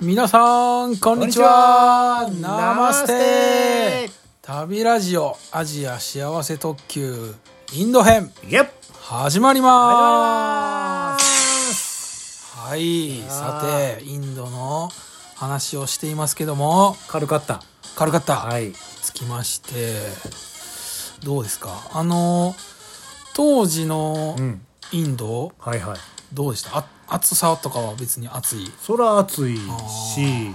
皆さんこんにちはナマステ旅ラジオアジア幸せ特急インド編イェッ始まりますはいやさてインドの話をしていますけども軽かった軽かった、はいつきましてどうですかあの当時のうんインドはいはいどうでしたあ暑さとかは別に暑いそら暑いし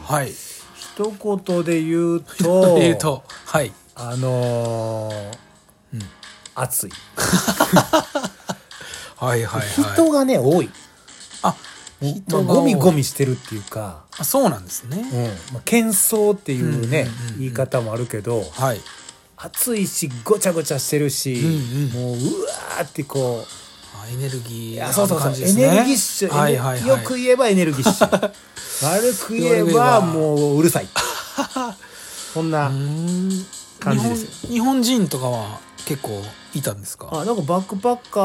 はい一言で言うと というとはいあのーうん暑いはいはいはい人がね多いあまあ人が多いゴミゴミしてるっていうかあそうなんですね、うんまあ喧騒っていうねうんうんうんうん言い方もあるけどはい暑いしごちゃごちゃしてるしうんうんもううわーってこうあエネルギいーやそうそうそあう、る感じでエすねネルギッシュ、エネはいはいはいよく言えばエネルギッ シュ悪く言えばもううる さいそんな、うーん感じです日本日本人とかは結構いたんですかああなんかバックパッカ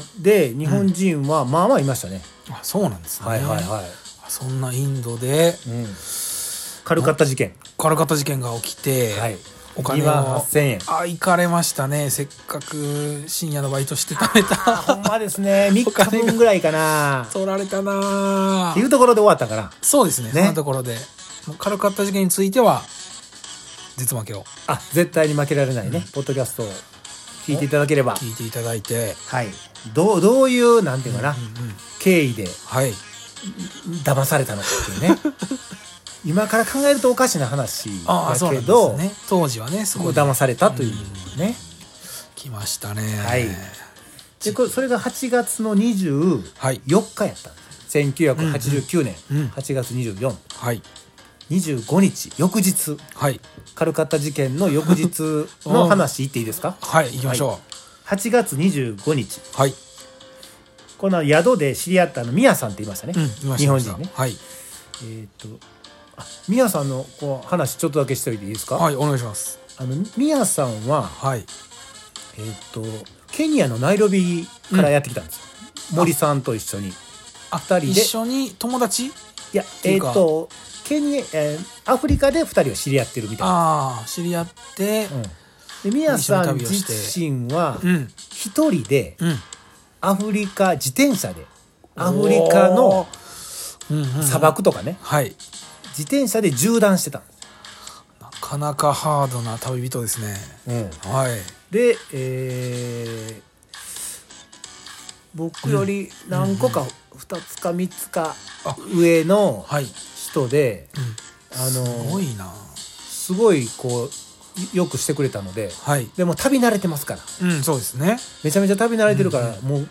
ーで日本人はまあまあいましたね、そうなんですね、はいはいはあい、そんなインドでうん、軽かった事件、カルカタ事件が起きて、はいお金2万を8000円 あ行かれましたねせっかく深夜のバイトして貯め あたほんまですね3日分ぐらいかな取られたなっあていうところで終わったからそうですねねそんなところでもうカルカタ事件については絶負けをあ絶対に負けられないね、ポッドキャストを聞いていただければ聞いていただいて、はいどうどういうなんていうかな、うんうん経緯ではい騙されたのかって いうね今から考えるとおかしな話ああだそうなけんどですね当時はねそもこうで騙されたというね、来ましたねはいでこれそれが8月の24はい日やった1989年うんうん8月2425はい日翌日はいカルカッタ事件の翌日の話言っていいですかはい行きましょう8月25日はい、この宿で知り合ったあのミヤさんって言いましたね、うんいました日本人ねはいえーっとあミヤさんのこう話ちょっとだけしておいていいですか、はいお願いしますあのミヤさんははいえーっ、とケニアのナイロビからやってきたんですよ、森さんと一緒にいあ二人で一緒に友達やていえうーかっ、とケニア、えーアフリカで2人は知り合ってるみたいな、ああ知り合ってうん、でミヤさ一緒んに旅をして自身はうん1人でうんアフリカ自転車でアフリカのうんうんうん砂漠とかねはい自転車で縦断してたんです、なかなかハードな旅人ですねはいで、えー僕より何個か2つか3つかあ上のはい、人で、うん、あのすごいなすごいこうよくしてくれたのではいでも旅慣れてますからうんそうですねめちゃめちゃ旅慣れてるから、もう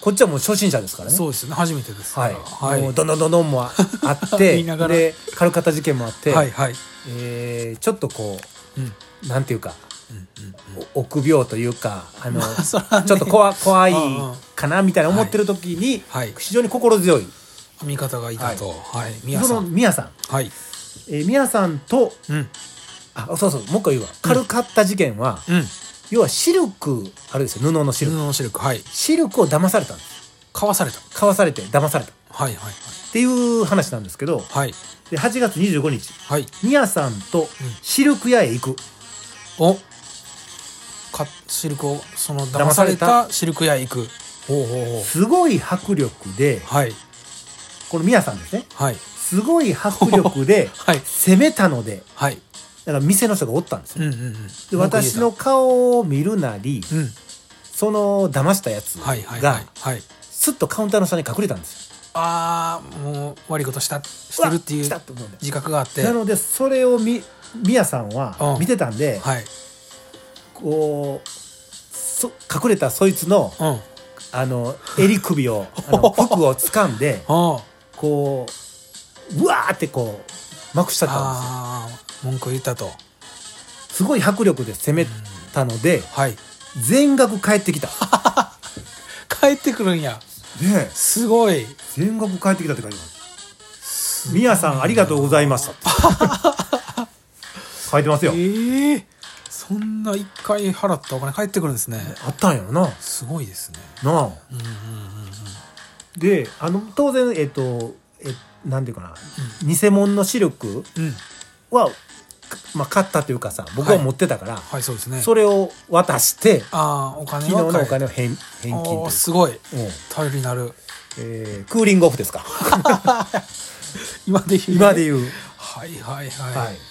こっちはもう初心者ですからねそうですよね初めてですかはい、らはいもうどんどんどんどんもああっ言 ていながらで軽かった事件もあって、はいはいえーちょっとこうんうなんていうかうんうんお臆病というかあの そらねちょっと怖怖いうんうんかなみたいな思ってる時に、はい非常に心強い味方がいたとはいミヤそさのんミヤさん、はいえー、ミヤさんとうんあそうそうもう一個言うわ軽かった事件は、うん要はシルクあれですよ布のシル布ク、のシルクはいシルクを騙されたんですかわされた買わされて騙されたっはいはいていう話なんですけどはいで8月25日はいミヤさんとシルク屋へ行く、おかシルクをその騙され騙さたシルク屋へ行くほうほうほうすごい迫力ではいこのミヤさんですねはいすごい迫 力ではい攻めたのではいだから店の人がおったんですうよんうんうんで私の顔を見るなりうんその騙したやつはいはいはがいはいすっとカウンターの下に隠れたんですよああもう悪いことしたしてるっていうわ来たうって思うんだよ自覚があってなはのでそれをみミヤさんはうん見てたんいでこうそ隠れたそいつのうんああの襟首をあ の服を掴んであこううわーってこうまくしちゃったんですよああ文句言ったとすごい迫力で攻めたのではい全額返ってき た帰ってくるんやねえすごい全額返ってきたって書いてますミヤさんありがとうございましたって 書いてますよええそんな一回払ったお金返ってくるんですねあったんやろななすごいですねあうんうんうんうんであの当然えっ、とえなんていうかな、偽物の視力うんは、まあ、買ったというかさ僕は持ってたから、はいそうですねそれを渡してああお金昨日のはお返金を返返金というおーすごいうん頼りになるえークーリングオフですか今で言う今で言う、はいはいはい、はい、そ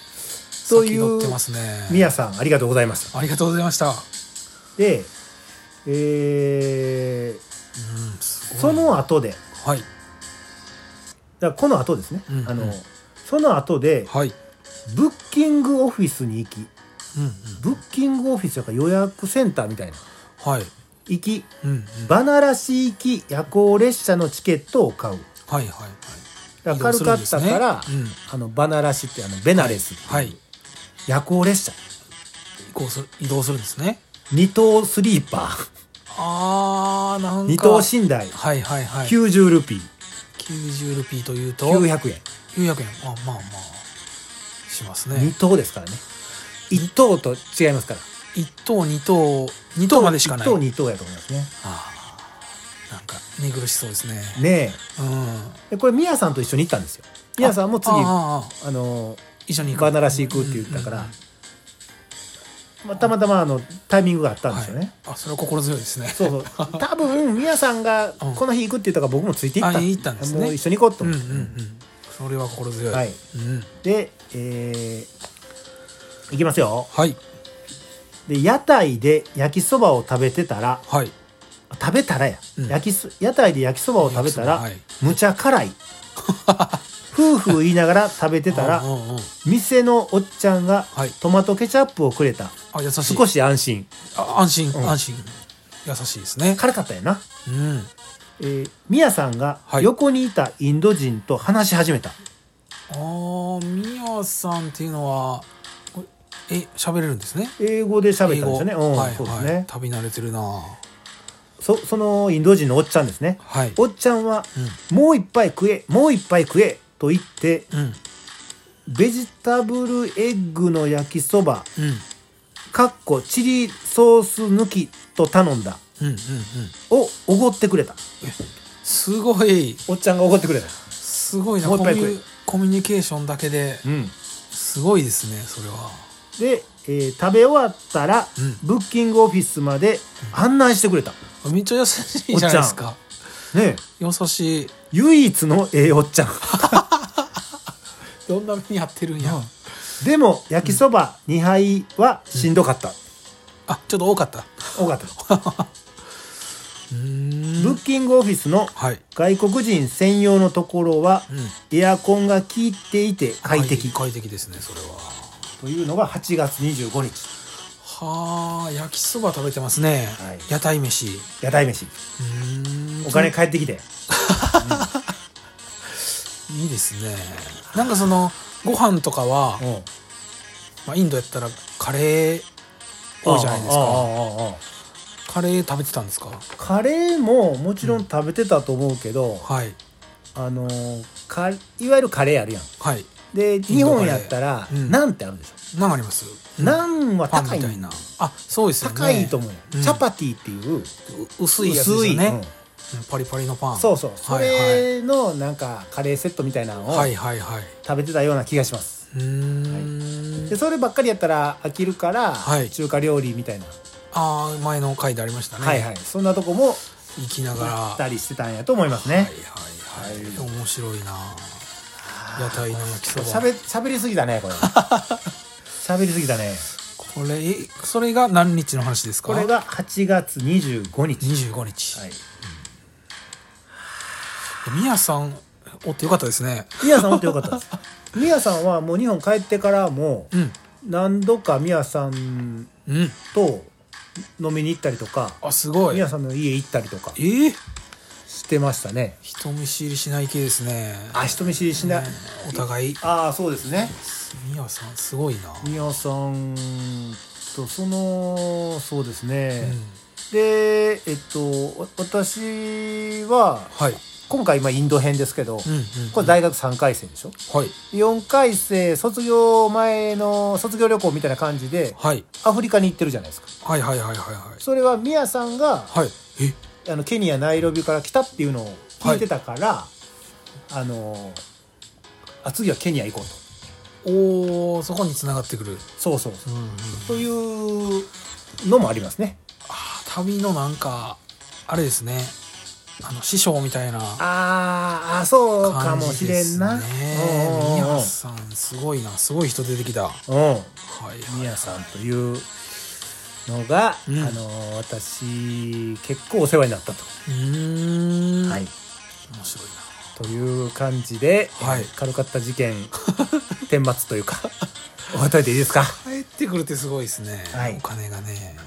そうういいううってますねみやさんありがとうございましたありがとうございました、うん、で、えーすごいその後ではいだからこの後ですね、うんあうんのその後ではいブッキングオフィスに行きうんうんブッキングオフィスとか予約センターみたいなはい行きうんうんバナラ市行き夜行列車のチケットを買うはいはいはいだから軽かったから、移動するんですねあのバナラ市ってあのベナレス、はい夜行列車移行する移動するんですね二等スリーパーあーなんか二等寝台はいはいはい90ルピー90ルピーというと900 900円円あまあまあします二ね等ですからね一等と違いますから1等2等2等までしかない一等二等やと思いますねあーなんか見苦しそうですねねうんえでこれミヤさんと一緒に行ったんですよミヤさんも次あああああの一緒に行くバナラ市行くって言ったから、うんうんまあ、たまたまあのタイミングがあったんですよね、はい、あそれは心強いですねそうそう 多分ミヤさんがうんこの日行くって言ったから僕もついて行ったあ行ったんですねもう一緒に行こうとうん思うっんて、うんそれは心強い、はいうん、で、えー、行きますよはいで屋台で焼きそばを食べてたらはい食べたらや、うん焼きそ屋台で焼きそばを食べたら、はいむちゃ 辛い夫婦言いながら食べてたらうんうんうん店のおっちゃんがはいトマトケチャップをくれたあ優しい少し安心あ安心、うん安心優しいですね辛かったよなうんえーミヤさんがはい横にいたインド人と話し始めた、あーみやさんっていうのはこれえ喋れるんですね英語で喋ったんですよね英う語ん、はいそうではすいね旅慣れてるなそそのインド人のおっちゃんですねはいおっちゃんはうん「もう一杯食えもう一杯食え」と言ってうんベジタブルエッグの焼きそばうんかっこチリソース抜きと頼んだうんうんうんをおごってくれたすごいおっちゃんがおごってくれたすごいなもう一コミ杯ュ食コミュニケーションだけでうんすごいですねそれはで、えー食べ終わったら、うんブッキングオフィスまで案内してくれたあめっちゃ優しいじゃないですかねえ優しい唯一のええおっ ちゃんどんな目に合ってるんや、うんでも焼きそば2杯はしんどかった、あちょっと多かった多かったうーんブッキングオフィスのはい、外国人専用のところはうん、エアコンが効いていて快適快適ですねそれはというのが8月25日はあ焼きそば食べてますね、はい屋台飯う屋台飯ーんお金返ってきていいですねなんかそのご飯とかは、うんまあ、インドやったらカレー多いじゃないですああかああああカレー食べてたんですかカレーももちろん食べてたと思うけど、はいあのーかいわゆるカレーあるやんはいでイン日ドカレー本やったら、うんナンってあるでしょ、何ありますナンはパンみ高いたいなあそうですよね高いと思うよ、うんチャパティっていうう薄いやつですよ薄いうんね、うんパリパリのパンそうそうそはいれのなんかカレーセットみたいなのをはい、はいはいはい食べてたような気がします、うーん、でそればっかりやったら飽きるから、はい中華料理みたいな、ああ前の回でありましたね、はいはいそんなとこも行きながら行っはたりしてたんやと思いますいねはいはい、は面白いな屋台の焼きそしばゃべしゃべりすぎだ ねこれしゃべりすぎだねこれえそれが何日の話ですかこれが8月25日、 25日はいみや、さんおってよかったですねミヤさん本当よかったです。ミヤさんはもう日本帰ってからもうん何度かミヤさんうんと飲みに行ったりとか、あすごいミえヤさんの家行ったりとかー、してましたね。人見知りしない系ですねあ、人見知りしない。ねお互いああ、そうですね。みやさんすごいな、ミヤさんとそのそうですね。うんで、えっとわ私ははい今回今インド編ですけど、うんうん、これ大学3回生でしょ。はい4回生卒業前の卒業旅行みたいな感じで。はいアフリカに行ってるじゃないですかはいはいはいはいはいそれはミヤさんがはいえあのケニアナイロビから来たっていうのを聞いてたから、あのあ次はケニア行こうとおーそこに繋がってくる、そうそううんうん、というのもありますねあー旅のなんかあれですねあの師匠みたいなあーあそうか感もじしでれすんねなうん宮橋さんすごいなすごい人出てきたはうんうんいみやさんというのが、うんあの私結構お世話になったと、うーん、はい、面白いという感じで、はいえー軽かった事件 顛末というかお渡りでいいですかな帰ってくるってすごいですね、はいお金がね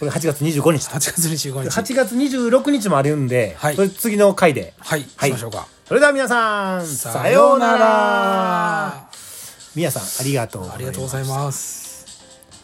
これ8月25日8月25日8月26日もあるんで、はいそれ次の回ではい、はいしましょうかそれでは皆さんさようならみやさんありがとうござあいりまがとうごすざいます